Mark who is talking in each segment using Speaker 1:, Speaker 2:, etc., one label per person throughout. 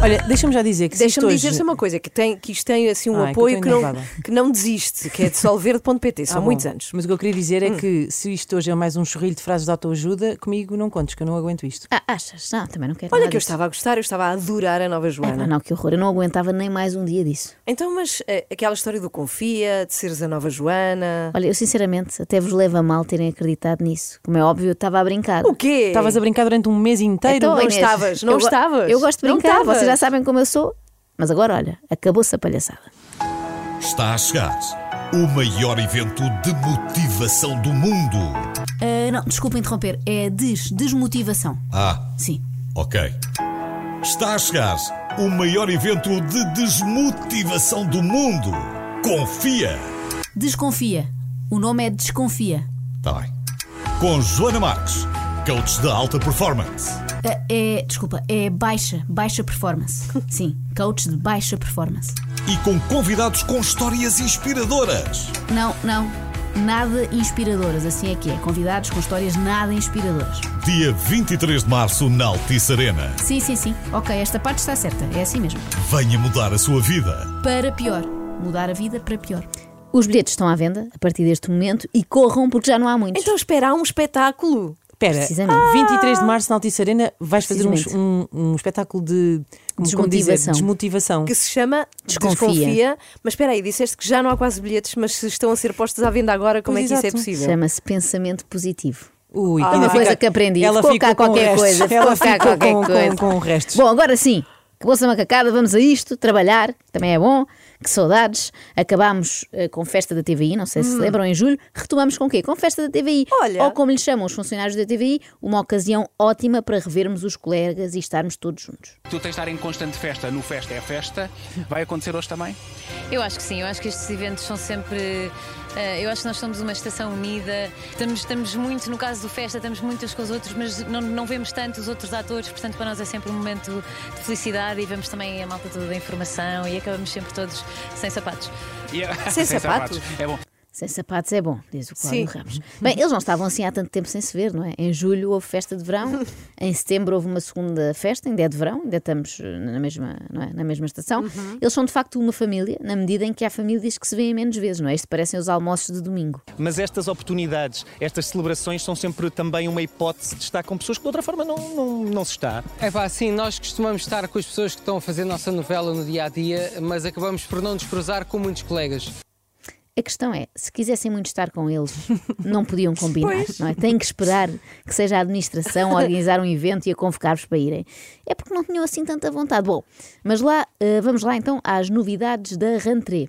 Speaker 1: Olha, deixa-me já dizer que se isto
Speaker 2: Deixa-me
Speaker 1: hoje...
Speaker 2: dizer só uma coisa, que, tem, que isto tem assim um
Speaker 1: Ai, que
Speaker 2: apoio
Speaker 1: eu
Speaker 2: que,
Speaker 1: tô
Speaker 2: não,
Speaker 1: enervada.
Speaker 2: que não desiste, que é de solverde.pt,
Speaker 1: Ah,
Speaker 2: são
Speaker 1: bom.
Speaker 2: muitos anos.
Speaker 1: Mas o que eu queria dizer
Speaker 3: Hum.
Speaker 1: é que se isto hoje é mais um chorrilho de frases de autoajuda, comigo não contes, que eu não aguento isto.
Speaker 3: Ah, achas? Não, também não quero
Speaker 2: Olha
Speaker 3: nada
Speaker 2: que eu
Speaker 3: disso.
Speaker 2: estava a gostar, eu estava a adorar a
Speaker 1: É
Speaker 2: nova
Speaker 3: Ah,
Speaker 2: Joana.
Speaker 3: não, que horror. Eu não aguentava nem mais um dia disso.
Speaker 2: Então, mas eh, aquela história do confia, de seres a nova Joana.
Speaker 3: Olha, eu sinceramente até vos levo a mal terem acreditado nisso. Como é óbvio, eu estava a brincar.
Speaker 2: O quê?
Speaker 1: Estavas a brincar durante um mês inteiro.
Speaker 3: É. Então,
Speaker 2: não
Speaker 3: Inês,
Speaker 2: estavas, não
Speaker 3: eu go-
Speaker 2: estavas.
Speaker 3: Eu gosto de
Speaker 2: Não
Speaker 3: brincar,
Speaker 2: estavas.
Speaker 3: vocês já sabem como eu sou. Mas agora, olha, acabou-se a palhaçada.
Speaker 4: Está a chegar o maior evento de motivação do mundo.
Speaker 5: Ah, não, desculpa interromper. É des desmotivação.
Speaker 4: Ah,
Speaker 5: Sim.
Speaker 4: ok. Está a chegar o maior evento de desmotivação do mundo. Confia.
Speaker 5: Desconfia. O nome é Desconfia.
Speaker 4: Está Tá bem. Com Joana Marques, coach da alta performance.
Speaker 5: Ah, é, desculpa, é baixa, baixa performance. Sim, coach de baixa performance.
Speaker 4: E com convidados com histórias inspiradoras.
Speaker 5: Não, não, nada inspiradoras, assim é que é. Convidados com histórias nada inspiradoras.
Speaker 4: Dia 23 de março na Altice Arena.
Speaker 5: Sim, sim, sim. Ok, esta parte está certa. É assim mesmo.
Speaker 4: Venha mudar a sua vida.
Speaker 5: Para pior. Mudar a vida para pior.
Speaker 3: Os bilhetes estão à venda a partir deste momento e corram porque já não há muitos.
Speaker 2: Então espera, há um espetáculo.
Speaker 1: Espera,
Speaker 3: Precisamente.
Speaker 1: 23 de março na Altice Arena vais fazer um,
Speaker 3: Precisamente.
Speaker 1: um- um espetáculo de... como- como dizer,
Speaker 3: Desmotivação.
Speaker 1: desmotivação.
Speaker 2: Que se chama
Speaker 3: Desconfia.
Speaker 2: Mas espera aí, disseste que já não há quase bilhetes, mas se estão a ser postos à venda agora, como
Speaker 1: Pois,
Speaker 2: é que isso é
Speaker 1: exato.
Speaker 2: possível?
Speaker 3: Chama-se pensamento positivo.
Speaker 1: Ui,
Speaker 2: Ah,
Speaker 1: ela
Speaker 2: uma
Speaker 3: coisa que aprendi.
Speaker 1: Ela
Speaker 3: Ficou
Speaker 1: ficou
Speaker 3: cá
Speaker 1: com
Speaker 3: qualquer
Speaker 1: restos.
Speaker 3: coisa, ficou
Speaker 1: Ela
Speaker 3: cá
Speaker 1: ficou
Speaker 3: qualquer
Speaker 1: com,
Speaker 3: coisa.
Speaker 1: Com, com restos.
Speaker 3: Bom, agora sim, acabou-se a macacada, vamos a isto, trabalhar, também é bom, que saudades. Acabámos eh, com festa da TVI, não sei se se lembram, em julho. Retomamos com o quê? Com festa da TVI.
Speaker 2: Olha.
Speaker 3: Ou como lhe chamam os funcionários da TVI, uma ocasião ótima para revermos os colegas e estarmos todos juntos.
Speaker 6: Tu tens de estar em constante festa, no Festa é Festa. Vai acontecer hoje também?
Speaker 7: Eu acho que sim, eu acho que estes eventos são sempre. eh, eu acho que nós somos uma estação unida, estamos, estamos muito, no caso do Festa, estamos muitas com os outros, mas não, não vemos tanto os outros atores, portanto para nós é sempre um momento de felicidade e vemos também a malta toda da informação e acabamos sempre todos sem sapatos.
Speaker 6: E é-
Speaker 2: Sem sapatos?
Speaker 6: É bom.
Speaker 3: Sem sapatos é bom, diz o Cláudio
Speaker 2: Sim.
Speaker 3: Ramos. Bem, eles não estavam assim há tanto tempo sem se ver, não é? Em julho houve festa de verão, em setembro houve uma segunda festa, ainda é de verão, ainda estamos eh, na mesma, não é? na mesma estação.
Speaker 2: Uhum.
Speaker 3: Eles são de facto uma família, na medida em que há famílias que se veem menos vezes, não é? Isto parecem os almoços de domingo.
Speaker 8: Mas estas oportunidades, estas celebrações são sempre também uma hipótese de estar com pessoas que de outra forma não, não, não se está.
Speaker 9: É pá, sim, nós costumamos estar com as pessoas que estão a fazer nossa novela no dia a dia, mas acabamos por não nos cruzar com muitos colegas.
Speaker 3: A questão é, se quisessem muito estar com eles, não podiam combinar, não é? Têm que esperar que seja a administração a organizar um evento e a convocar-vos para irem. É porque não tinham assim tanta vontade. Bom, mas lá, eh, vamos lá então às novidades da rentrée.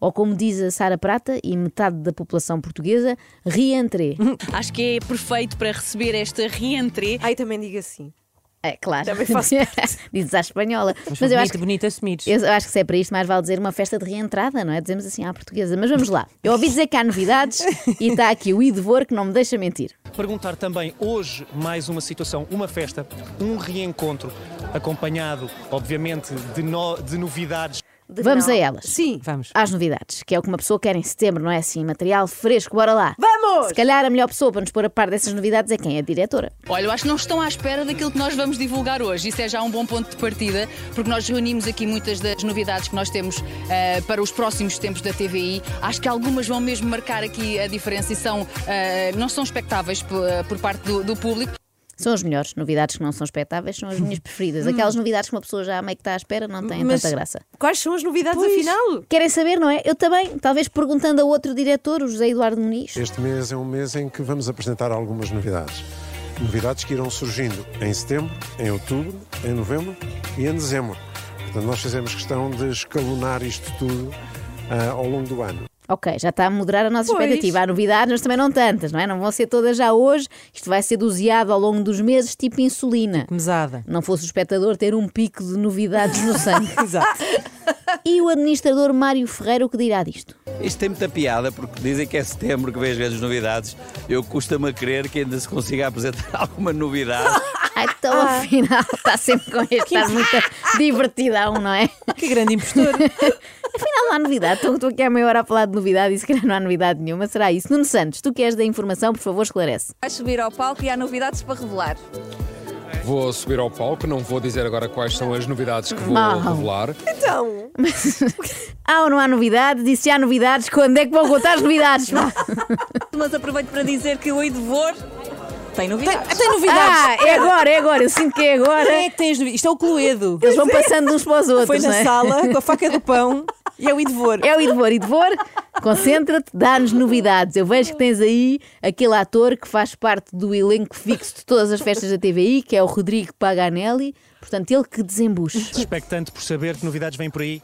Speaker 3: Ou como diz a Sara Prata e metade da população portuguesa, reentrée.
Speaker 10: Acho que é perfeito para receber esta reentrée.
Speaker 2: Ai, também diga assim.
Speaker 3: É claro.
Speaker 2: Também faço
Speaker 3: Dizes à espanhola.
Speaker 1: Mas,
Speaker 3: Mas,
Speaker 1: foi
Speaker 3: eu
Speaker 1: bonito,
Speaker 3: acho que
Speaker 1: bonito assumires.
Speaker 3: Eu acho que se é para isto, mais vale dizer uma festa de reentrada, não é? Dizemos assim à portuguesa. Mas vamos lá. Eu ouvi dizer que há novidades e está aqui o Idevor que não me deixa mentir.
Speaker 8: Perguntar também hoje mais uma situação, uma festa, um reencontro, acompanhado, obviamente, de, no- de novidades.
Speaker 2: De
Speaker 3: Vamos
Speaker 2: não.
Speaker 3: a elas.
Speaker 2: Sim.
Speaker 1: Vamos.
Speaker 3: Às novidades, que é o que uma pessoa quer em setembro, não é assim? Material fresco, bora lá.
Speaker 2: Vamos!
Speaker 3: Se calhar a melhor pessoa para nos pôr a par dessas novidades é quem é a diretora.
Speaker 10: Olha, eu acho que não estão à espera daquilo que nós vamos divulgar hoje. Isso é já um bom ponto de partida, porque nós reunimos aqui muitas das novidades que nós temos eh, para os próximos tempos da TVI. Acho que algumas vão mesmo marcar aqui a diferença e são, eh, não são espectáveis por, por parte do- do público.
Speaker 3: São as melhores novidades que não são espectáveis, são as minhas preferidas. Aquelas novidades que uma pessoa já meio que está à espera não têm
Speaker 1: Mas-
Speaker 3: tanta graça.
Speaker 2: Quais são as novidades afinal?
Speaker 3: Querem saber, não é? Eu também, talvez perguntando a outro diretor, o José Eduardo Muniz.
Speaker 11: Este mês é um mês em que vamos apresentar algumas novidades. Novidades que irão surgindo em setembro, em outubro, em novembro e em dezembro. Portanto, nós fizemos questão de escalonar isto tudo ah, ao longo do ano.
Speaker 3: Ok, já está a moderar a nossa
Speaker 2: Pois.
Speaker 3: expectativa. Há novidades, mas também não tantas, não é? Não vão ser todas já hoje. Isto vai ser doseado ao longo dos meses, tipo insulina.
Speaker 1: Mesada.
Speaker 3: Não fosse o espectador ter um pico de novidades no sangue.
Speaker 1: Exato.
Speaker 3: E o administrador Mário Ferreira, o que dirá disto?
Speaker 9: Isto tem muita piada, porque dizem que é setembro que vem as grandes novidades. Eu custa-me a crer que ainda se consiga apresentar alguma novidade.
Speaker 3: Ah, então, afinal, está sempre com este estar muito divertidão, não é?
Speaker 1: que grande impostor.
Speaker 3: Afinal, não há novidade. Estou, estou aqui há meia hora a falar de novidade e se calhar não há novidade nenhuma. Será isso? Nuno Santos, tu queres da informação, por favor, esclarece.
Speaker 10: Vais subir ao palco e há novidades para revelar.
Speaker 12: vou subir ao palco, não vou dizer agora quais são as novidades que vou
Speaker 3: Mal.
Speaker 12: revelar.
Speaker 3: Então. há ou não há novidades? E se há novidades, quando é que vão contar as novidades? Pá?
Speaker 13: Mas aproveito para dizer que o Idevor tem novidades.
Speaker 1: Tem novidades.
Speaker 3: Ah, é agora, é agora. Eu sinto que é agora.
Speaker 1: Quem é que tem as novidades? Isto é o Cluedo.
Speaker 3: Eles vão passando uns para os outros.
Speaker 1: Foi na
Speaker 3: não é?
Speaker 1: sala, com a faca do pão e é o Idevor.
Speaker 3: É o Idevor. Idevor, concentra-te, dá-nos novidades. Eu vejo que tens aí aquele ator que faz parte do elenco fixo de todas as festas da TVI, que é o Rodrigo Paganelli. Portanto, ele que desembucha.
Speaker 8: Expectante por saber que novidades vêm por aí.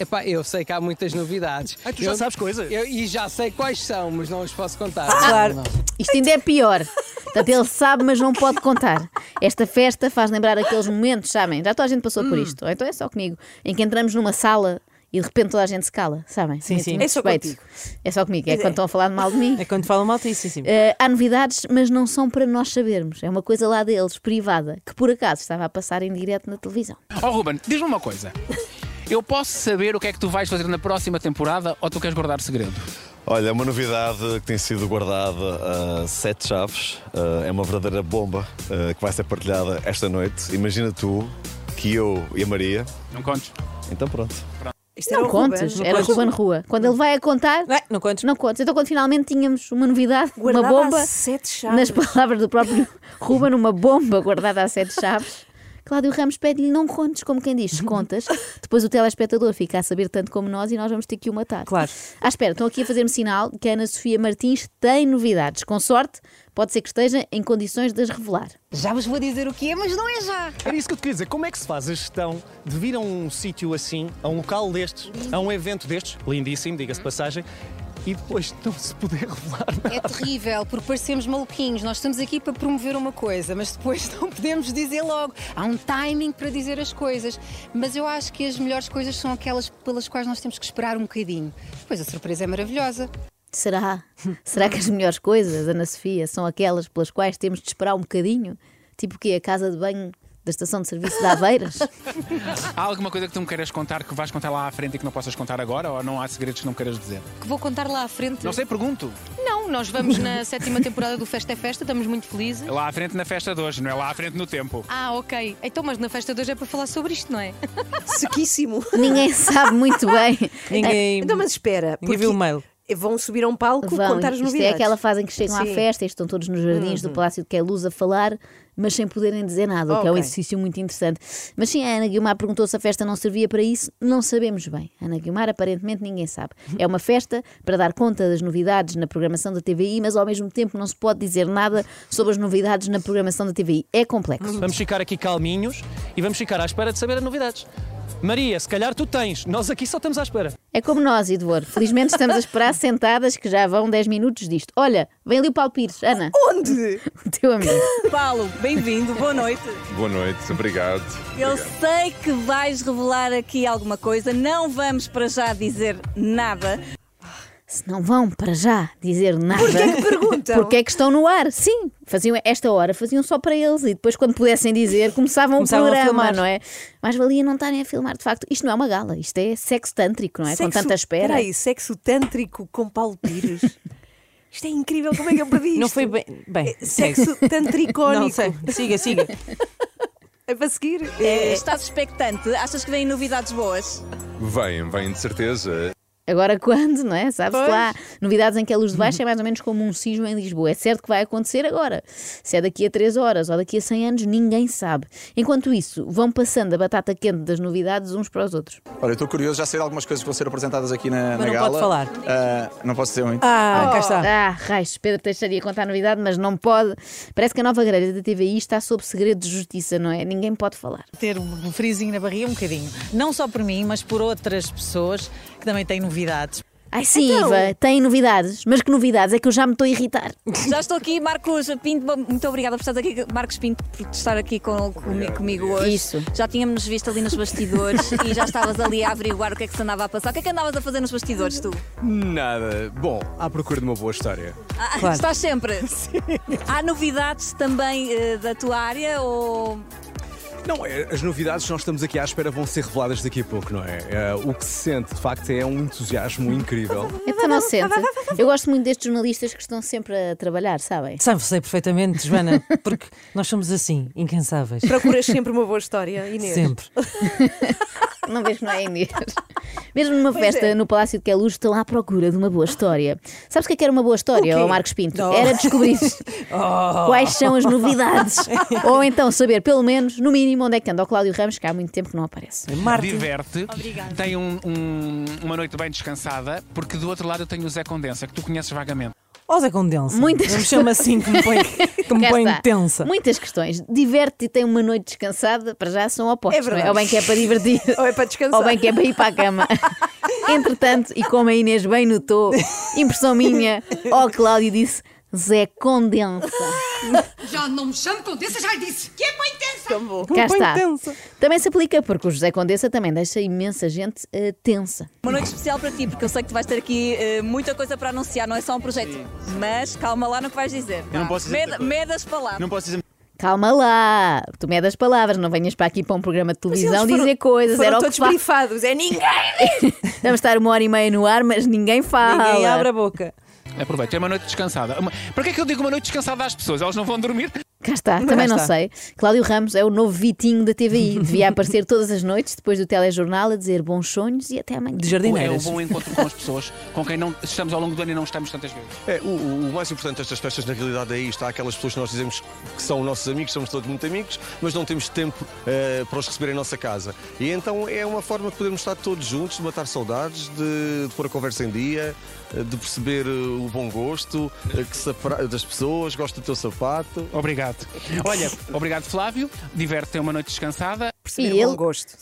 Speaker 14: Epá, eu sei que há muitas novidades.
Speaker 8: Ah, tu já
Speaker 14: Eu-
Speaker 8: sabes coisas?
Speaker 14: Eu, e já sei quais são, mas não os posso contar.
Speaker 3: Ah, Isto ainda é pior. Portanto, ele sabe, mas não pode contar. Esta festa faz lembrar aqueles momentos, sabem? Já toda a gente passou por
Speaker 13: Hum.
Speaker 3: isto, ou então é só comigo, em que entramos numa sala e de repente toda a gente se cala, sabem?
Speaker 1: Sim,
Speaker 3: Muito
Speaker 1: sim.
Speaker 3: muito
Speaker 1: É só
Speaker 3: suspeito.
Speaker 1: contigo.
Speaker 3: É só comigo, é,
Speaker 1: É.
Speaker 3: quando estão a falar mal de mim.
Speaker 1: É quando falam mal de ti, sim, sim.
Speaker 3: Eh, há novidades, mas não são para nós sabermos. É uma coisa lá deles, privada, que por acaso estava a passar em direto na televisão.
Speaker 6: Ó Oh, Ruben, diz-me uma coisa. Eu posso saber o que é que tu vais fazer na próxima temporada ou tu queres guardar segredo?
Speaker 15: Olha, é uma novidade que tem sido guardada a sete chaves. Ah, é uma verdadeira bomba ah, que vai ser partilhada esta noite. Imagina tu que eu e a Maria.
Speaker 6: Não contes.
Speaker 15: Então pronto.
Speaker 3: não contas, era Ruben Rua. Quando ele vai a contar, não,
Speaker 1: contas.
Speaker 3: Não contas. Então, quando finalmente tínhamos uma novidade, uma
Speaker 2: Guardada a
Speaker 3: bomba,
Speaker 2: sete chaves.
Speaker 3: nas palavras do próprio Ruben, uma bomba guardada a sete chaves. Cláudio Ramos pede-lhe não contes, como quem diz, se contas, depois o telespectador fica a saber tanto como nós e nós vamos ter que o matar.
Speaker 1: Claro.
Speaker 3: Ah, espera, estão aqui a fazer-me sinal que a Ana Sofia Martins tem novidades. Com sorte, pode ser que esteja em condições de as revelar.
Speaker 8: Já vos vou dizer o que é, mas não é já. Era isso que eu te queria dizer. Como é que se faz a gestão de vir a um sítio assim, a um local destes, a um evento destes, lindíssimo, diga-se de passagem, e depois não se poder revelar?
Speaker 16: É terrível, porque parecemos maluquinhos. Nós estamos aqui para promover uma coisa, mas depois não podemos dizer logo. Há um timing para dizer as coisas. Mas eu acho que as melhores coisas são aquelas pelas quais nós temos que esperar um bocadinho. Pois a surpresa é maravilhosa.
Speaker 3: Será? Será que as melhores coisas, Ana Sofia, são aquelas pelas quais temos de esperar um bocadinho? Tipo que a casa de banho da estação de serviço de Aveiras?
Speaker 6: Há alguma coisa que tu me queiras contar que vais contar lá à frente e que não possas contar agora ou não há segredos que não queiras dizer?
Speaker 16: Que vou contar lá à frente.
Speaker 6: Não sei, pergunto.
Speaker 16: Não, nós vamos na sétima temporada do Festa é Festa, estamos muito felizes.
Speaker 6: Lá à frente na festa de hoje, não é lá à frente no tempo.
Speaker 16: Ah, ok. Então, mas na festa de hoje é para falar sobre isto, não é?
Speaker 2: Sequíssimo.
Speaker 3: Ninguém sabe muito bem.
Speaker 2: Ninguém- Então, mas espera, ninguém viu porque- o mail. Vão subir a um palco contar as
Speaker 3: isto
Speaker 2: novidades.
Speaker 3: é aquela fase em que chegam à
Speaker 2: Sim.
Speaker 3: festa e estão todos nos jardins
Speaker 2: Uhum.
Speaker 3: do Palácio de Queluz a falar, mas sem poderem dizer nada, o que é um
Speaker 2: Ok.
Speaker 3: exercício muito interessante. Mas sim, a Ana Guilmar perguntou se a festa não servia para isso, não sabemos bem. Ana Guilmar, aparentemente, ninguém sabe.
Speaker 2: Uhum.
Speaker 3: É uma festa para dar conta das novidades na programação da TVI, mas ao mesmo tempo não se pode dizer nada sobre as novidades na programação da TVI. É
Speaker 2: Uhum.
Speaker 3: complexo.
Speaker 8: Vamos ficar aqui calminhos e vamos ficar à espera de saber as novidades. Maria, se calhar tu tens, nós aqui só estamos à espera.
Speaker 3: É como nós, Edward. Felizmente estamos a esperar sentadas que já vão 10 minutos disto. Olha, vem ali o Paulo Pires. Ana.
Speaker 13: Onde?
Speaker 3: O teu amigo.
Speaker 13: Paulo, bem-vindo, boa noite.
Speaker 17: Boa noite, obrigado.
Speaker 13: Eu sei que vais revelar aqui alguma coisa, não vamos para já dizer nada.
Speaker 3: Se não vão para já dizer nada.
Speaker 13: Porquê que perguntam?
Speaker 3: Porque é que estão no ar? Sim, faziam esta hora, faziam só para eles e depois, quando pudessem dizer, começavam,
Speaker 13: Começavam a
Speaker 3: o programa,
Speaker 13: filmar.
Speaker 3: não é? Mas valia não estarem a filmar, de facto. Isto não é uma gala, isto é sexo tântrico, não é? Com tanta espera.
Speaker 2: Peraí, sexo tântrico com Paulo Pires. Isto é incrível, como é que eu perdi isto?
Speaker 1: Não foi bem. bem
Speaker 2: É sexo
Speaker 1: segue.
Speaker 2: tantricónico.
Speaker 1: Não sei. Siga, siga.
Speaker 13: É para seguir? Estás expectante? Achas que vêm novidades boas?
Speaker 17: Vêm, vêm de certeza.
Speaker 3: Agora quando, não é? Sabe-se
Speaker 13: Pois. Uhum.
Speaker 3: lá. Novidades em que a luz de baixo é mais ou menos como um sismo em Lisboa. É certo que vai acontecer agora. Se é daqui a 3 horas ou daqui a 100 anos, ninguém sabe. Enquanto isso, vão passando a batata quente das novidades uns para os outros.
Speaker 18: Olha, eu estou curioso, já sei de algumas coisas que vão ser apresentadas aqui na,
Speaker 3: Mas
Speaker 18: na
Speaker 3: não
Speaker 18: gala.
Speaker 3: pode falar.
Speaker 18: Ah, não posso dizer muito.
Speaker 3: Ah, cá está. Ah, raios, Pedro Teixeira ia contar a novidade, mas não pode. Parece que a nova grelha da TVI está sob segredo de justiça, não é? Ninguém pode falar.
Speaker 19: ter um friozinho na barriga um bocadinho. Não só por mim, mas por outras pessoas que também têm novidades.
Speaker 3: Ai sim, Iva, tem novidades, mas que novidades? É que eu já me estou a irritar.
Speaker 13: Já estou aqui, Marcos Pinto. bom, Muito obrigada por estar aqui, Marcos Pinto, por estar aqui com, comi- comigo hoje.
Speaker 3: Isso.
Speaker 13: Já tínhamos visto ali nos bastidores e já estavas ali a averiguar o que é que se andava a passar. O que é que andavas a fazer nos bastidores, tu?
Speaker 20: Nada. Bom, à procura de uma boa história.
Speaker 13: Ah,
Speaker 20: Claro.
Speaker 13: Estás sempre. Há novidades também eh, da tua área ou.
Speaker 20: Não, é, as novidades que nós estamos aqui à Ah, espera vão ser reveladas daqui a pouco, não é? É, o que se sente, de facto, é um entusiasmo incrível.
Speaker 3: Então, inocente. Eu gosto muito destes jornalistas que estão sempre a trabalhar, sabem?
Speaker 1: Sabe, sei perfeitamente, Joana, porque nós somos assim, incansáveis.
Speaker 2: Procuras sempre uma boa história, Inês.
Speaker 1: Sempre.
Speaker 3: Não vês que não é Inês. Mesmo numa festa no Palácio de Queluz, estão à procura de uma boa história. Sabes o que é que era uma boa história,
Speaker 2: O quê?
Speaker 3: ó Marcos Pinto?
Speaker 2: Não.
Speaker 3: Era descobrir quais são as novidades. Ou então saber, pelo menos, no mínimo, onde é que anda o Cláudio Ramos, que há muito tempo que não aparece.
Speaker 1: Oh,
Speaker 6: Diverte, tem um- um- uma noite bem descansada, porque do outro lado eu tenho o Zé Condensa, que tu conheces vagamente.
Speaker 1: Ó Zé Condensa.
Speaker 3: Muitas
Speaker 1: Não me chama assim que me põe, que me
Speaker 3: Cá
Speaker 1: põe
Speaker 3: está.
Speaker 1: tensa.
Speaker 3: Muitas questões. Diverte e tem uma noite descansada, para já são opostos.
Speaker 1: É verdade.
Speaker 3: não Ou bem que é para divertir,
Speaker 2: ou é para descansar,
Speaker 3: ou bem que é para ir para a cama. Entretanto, e como a Inês bem notou, impressão minha, ó Cláudio disse: Zé condensa.
Speaker 21: Já não me chamo Condessa, já lhe disse que é mãe tensa.
Speaker 3: Cá está. Também se aplica, porque o José Condessa também deixa imensa gente eh, tensa.
Speaker 13: Uma noite especial para ti, porque eu sei que tu vais ter aqui eh, muita coisa para anunciar, não é só um projeto. Mas calma lá no que vais dizer.
Speaker 3: Eu não
Speaker 13: Vá.
Speaker 3: posso dizer
Speaker 13: Medo-
Speaker 3: muita coisa.
Speaker 13: medo das palavras.
Speaker 3: dizer. Calma lá, tu me é das palavras, não venhas para aqui para um programa de televisão dizer coisas.
Speaker 2: foram
Speaker 3: Era o que
Speaker 2: todos
Speaker 3: fa-
Speaker 2: brifados. É ninguém.
Speaker 3: Vamos estar uma hora e meia no ar, mas ninguém fala.
Speaker 6: Ninguém abre a
Speaker 1: boca.
Speaker 6: Aproveita, é uma noite descansada. Uma- Para que é que eu digo uma noite descansada às pessoas? Elas não vão dormir?
Speaker 3: Cá está,
Speaker 6: Cá
Speaker 3: também não
Speaker 6: está.
Speaker 3: sei. Cláudio Ramos é o novo Vitinho da TVI. Devia aparecer todas as noites depois do telejornal a dizer bons sonhos e até amanhã.
Speaker 6: É um bom encontro com as pessoas com quem não estamos ao longo do ano e não estamos tantas vezes.
Speaker 22: É, o, o- o mais importante destas festas, na realidade, é isto. Há aquelas pessoas que nós dizemos que são nossos amigos, somos todos muito amigos, mas não temos tempo eh, para os receber em nossa casa. E então é uma forma que podemos estar todos juntos, de matar saudades, de, de pôr a conversa em dia, eh, de perceber eh, o bom gosto eh, que se apra- das pessoas, gosto do teu sapato.
Speaker 6: Obrigado. Olha, obrigado Flávio, diverte tem uma noite descansada.
Speaker 3: E ele,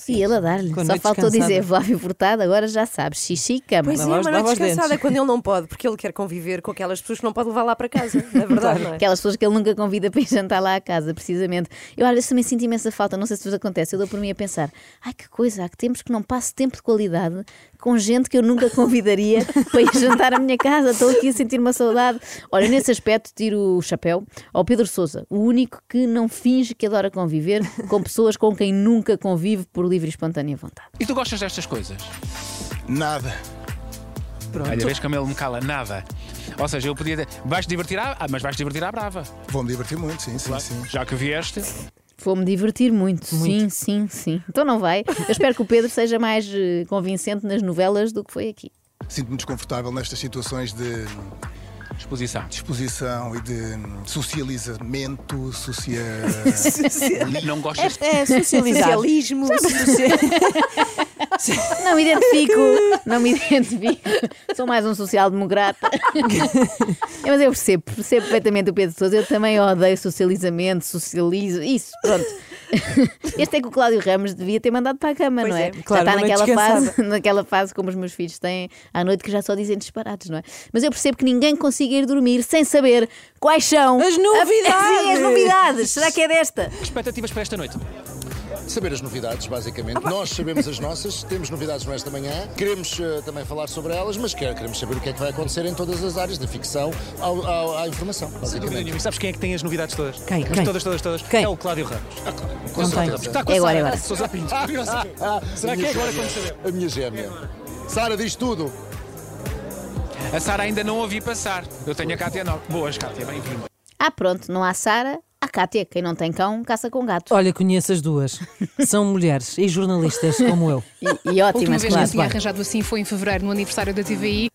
Speaker 3: e ele a dar-lhe.
Speaker 6: Com
Speaker 3: Só
Speaker 6: noite
Speaker 3: faltou
Speaker 6: descansada.
Speaker 3: dizer Flávio Furtado, agora já sabes. Xixi, e cama.
Speaker 2: Pois é, uma noite descansada é quando ele não pode, porque ele quer conviver com aquelas pessoas que não pode levar lá para casa. Na verdade, não é?
Speaker 3: Aquelas pessoas que ele nunca convida para ir jantar lá à casa, precisamente. Eu às vezes também sinto imensa falta, não sei se vos acontece, eu dou por mim a pensar: ai que coisa, há que tempos que não passo tempo de qualidade com gente que eu nunca convidaria para ir jantar à minha casa, estou aqui a sentir uma saudade. Olha, nesse aspecto, tiro o chapéu ao Pedro Souza, o único que não finge que adora conviver com pessoas com quem nunca convive por livre e espontânea vontade.
Speaker 6: E tu gostas destas coisas?
Speaker 22: Nada.
Speaker 6: Pronto. Olha, vês como ele me cala, nada. Ou seja, eu podia. Vais te divertir à... ah, mas vais te divertir à brava.
Speaker 22: Vou-me divertir muito, sim, sim, sim.
Speaker 6: Já que vieste.
Speaker 3: Vou-me divertir muito. Sim, sim, sim. Então não vai. Eu espero que o Pedro seja mais eh, convincente nas novelas do que foi aqui.
Speaker 22: Sinto-me desconfortável nestas situações de
Speaker 6: exposição,
Speaker 22: exposição e de socializamento, socia...
Speaker 6: Não gostas
Speaker 3: É- é socializar.
Speaker 2: Socialismo.
Speaker 3: Não me identifico, não me identifico. Sou mais um social-democrata. É, Mas eu percebo, percebo perfeitamente o Pedro Sousa. Eu também odeio socializamento, socializo, isso, pronto. Este é que o Cláudio Ramos devia ter mandado para a cama,
Speaker 2: Pois
Speaker 3: não é?
Speaker 2: é, claro,
Speaker 3: já
Speaker 2: uma
Speaker 3: está
Speaker 2: noite
Speaker 3: naquela fase,
Speaker 2: descansada.
Speaker 3: naquela fase como os meus filhos têm à noite que já só dizem disparados, não é? Mas eu percebo que ninguém consiga ir dormir sem saber quais são as
Speaker 23: novidades!
Speaker 3: Sim, as novidades. Será que é desta?
Speaker 6: Expectativas para esta noite?
Speaker 23: Saber as novidades, basicamente. Nós sabemos as nossas, temos novidades nesta manhã, queremos eh, também falar sobre elas, mas quer- queremos saber o que é que vai acontecer em todas as áreas, da ficção ao- ao- à informação,
Speaker 8: dúvida
Speaker 23: basicamente.
Speaker 8: nenhuma. E sabes quem é que tem as novidades todas?
Speaker 23: Quem?
Speaker 8: Mas
Speaker 23: Quem?
Speaker 8: todas, todas, todas. É o Cláudio Ramos. Ah, claro. Com
Speaker 23: Não
Speaker 8: certeza.
Speaker 23: tem.
Speaker 8: Está com a
Speaker 23: É agora,
Speaker 8: Sara.
Speaker 23: é agora.
Speaker 8: Sousa Pinto.
Speaker 23: Ah, não sei. Ah,
Speaker 8: Será
Speaker 23: a
Speaker 8: que é
Speaker 23: minha
Speaker 8: agora quando
Speaker 23: gêmea.
Speaker 8: sabemos?
Speaker 23: A minha gêmea. Sara diz tudo.
Speaker 6: A Sara ainda não ouvi passar. Eu tenho a Cátia Nova. Boas, Cátia, bem-vinda.
Speaker 3: Ah, pronto, não há Sara, há Cátia. Quem não tem cão, caça com gato.
Speaker 1: Olha, conheço as duas. São mulheres e jornalistas como eu.
Speaker 3: E, e
Speaker 1: ótimas, ótimas, claro. claro.
Speaker 24: última vez que eu tinha
Speaker 1: Claro.
Speaker 24: arranjado assim foi em fevereiro, no aniversário da TVI.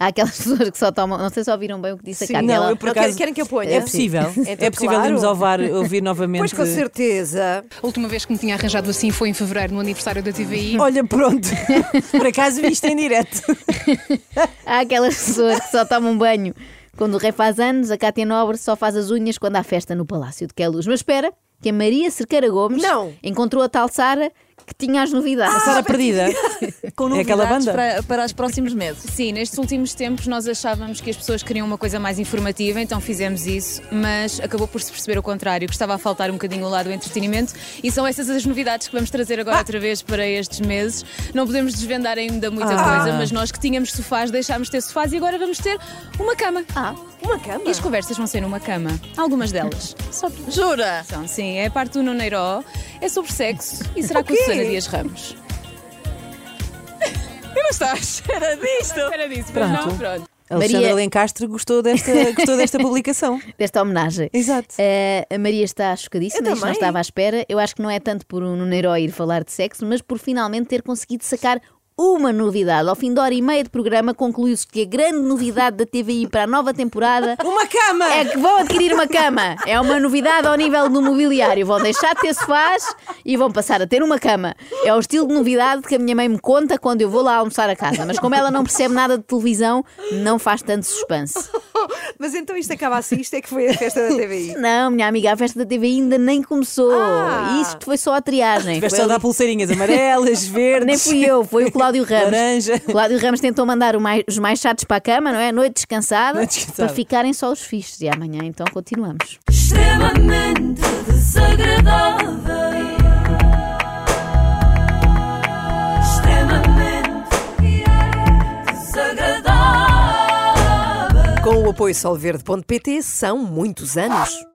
Speaker 3: Há aquelas pessoas que só tomam. Não sei se ouviram bem o que disse
Speaker 1: Sim,
Speaker 3: a Cátia.
Speaker 1: não,
Speaker 3: Ela-
Speaker 1: eu por acaso- É possível. é possível irmos ao VAR ouvir novamente.
Speaker 24: certeza. A última vez que me tinha arranjado assim foi em fevereiro, no aniversário da TVI.
Speaker 1: Olha, pronto. Por acaso viste em direto.
Speaker 3: Há aquelas pessoas que só tomam banho quando o rei faz anos, a Cátia Nobre só faz as unhas quando há festa no Palácio de Queluz. Mas espera, que a Maria Cerqueira Gomes encontrou a tal Sara que tinha as novidades.
Speaker 1: A Sara perdida.
Speaker 24: Com
Speaker 1: É aquela novidades banda? para-
Speaker 24: os próximos meses. Sim, nestes últimos tempos nós achávamos que as pessoas queriam uma coisa mais informativa, então fizemos isso, mas acabou por se perceber o contrário, que estava a faltar um bocadinho o lado do entretenimento e são essas as novidades que vamos trazer
Speaker 13: Ah!
Speaker 24: agora outra vez para estes meses. Não podemos desvendar ainda muita
Speaker 23: Ah.
Speaker 24: coisa, mas nós que tínhamos sofás deixámos de ter sofás e agora vamos ter uma cama. Ah, uma cama? E as conversas vão ser numa cama, algumas delas. Só para-
Speaker 23: Jura?
Speaker 24: São, sim, é a parte do Nuneiró, é sobre sexo e será
Speaker 23: O
Speaker 24: com a Susana
Speaker 23: quê?
Speaker 24: Dias Ramos. Eu não estava à espera disto. Espera disso, mas
Speaker 1: Pronto.
Speaker 24: não, pronto.
Speaker 1: Alexandra
Speaker 3: Maria-
Speaker 1: Lencastre gostou desta, gostou desta publicação.
Speaker 3: Desta homenagem. Eh,
Speaker 1: Exato.
Speaker 3: a Maria está chocadíssima,
Speaker 1: Eu
Speaker 3: isto não
Speaker 1: também.
Speaker 3: estava à espera. Eu acho que não é tanto por um Neiro ir falar de sexo, mas por finalmente ter conseguido sacar uma novidade. Ao fim de hora e meia de programa, concluiu-se que a grande novidade da TVI para a nova temporada.
Speaker 1: Uma cama!
Speaker 3: É que vão adquirir uma cama. É uma novidade ao nível do mobiliário. Vão deixar de ter sofás e vão passar a ter uma cama. É o estilo de novidade que a minha mãe me conta quando eu vou lá almoçar a casa. Mas como ela não percebe nada de televisão, não faz tanto suspense.
Speaker 2: Mas então isto acaba assim, isto é que foi a festa da TVI.
Speaker 3: Não, minha amiga, a festa da TV ainda nem começou. Isto foi só a triagem.
Speaker 1: Tiveste
Speaker 3: Foi
Speaker 1: só a dar
Speaker 3: ali-
Speaker 1: pulseirinhas amarelas, verdes.
Speaker 3: Nem fui eu, foi o Cláudio Ramos.
Speaker 1: Laranja.
Speaker 3: O Cláudio Ramos tentou mandar o mais- os mais chatos para a cama, não é? Noite descansada,
Speaker 1: Noite descansada.
Speaker 3: para ficarem só os fixos. E amanhã então continuamos.
Speaker 4: extremamente desagradável. Extremamente desagradável.
Speaker 2: Com o apoio solverde.pt são muitos anos.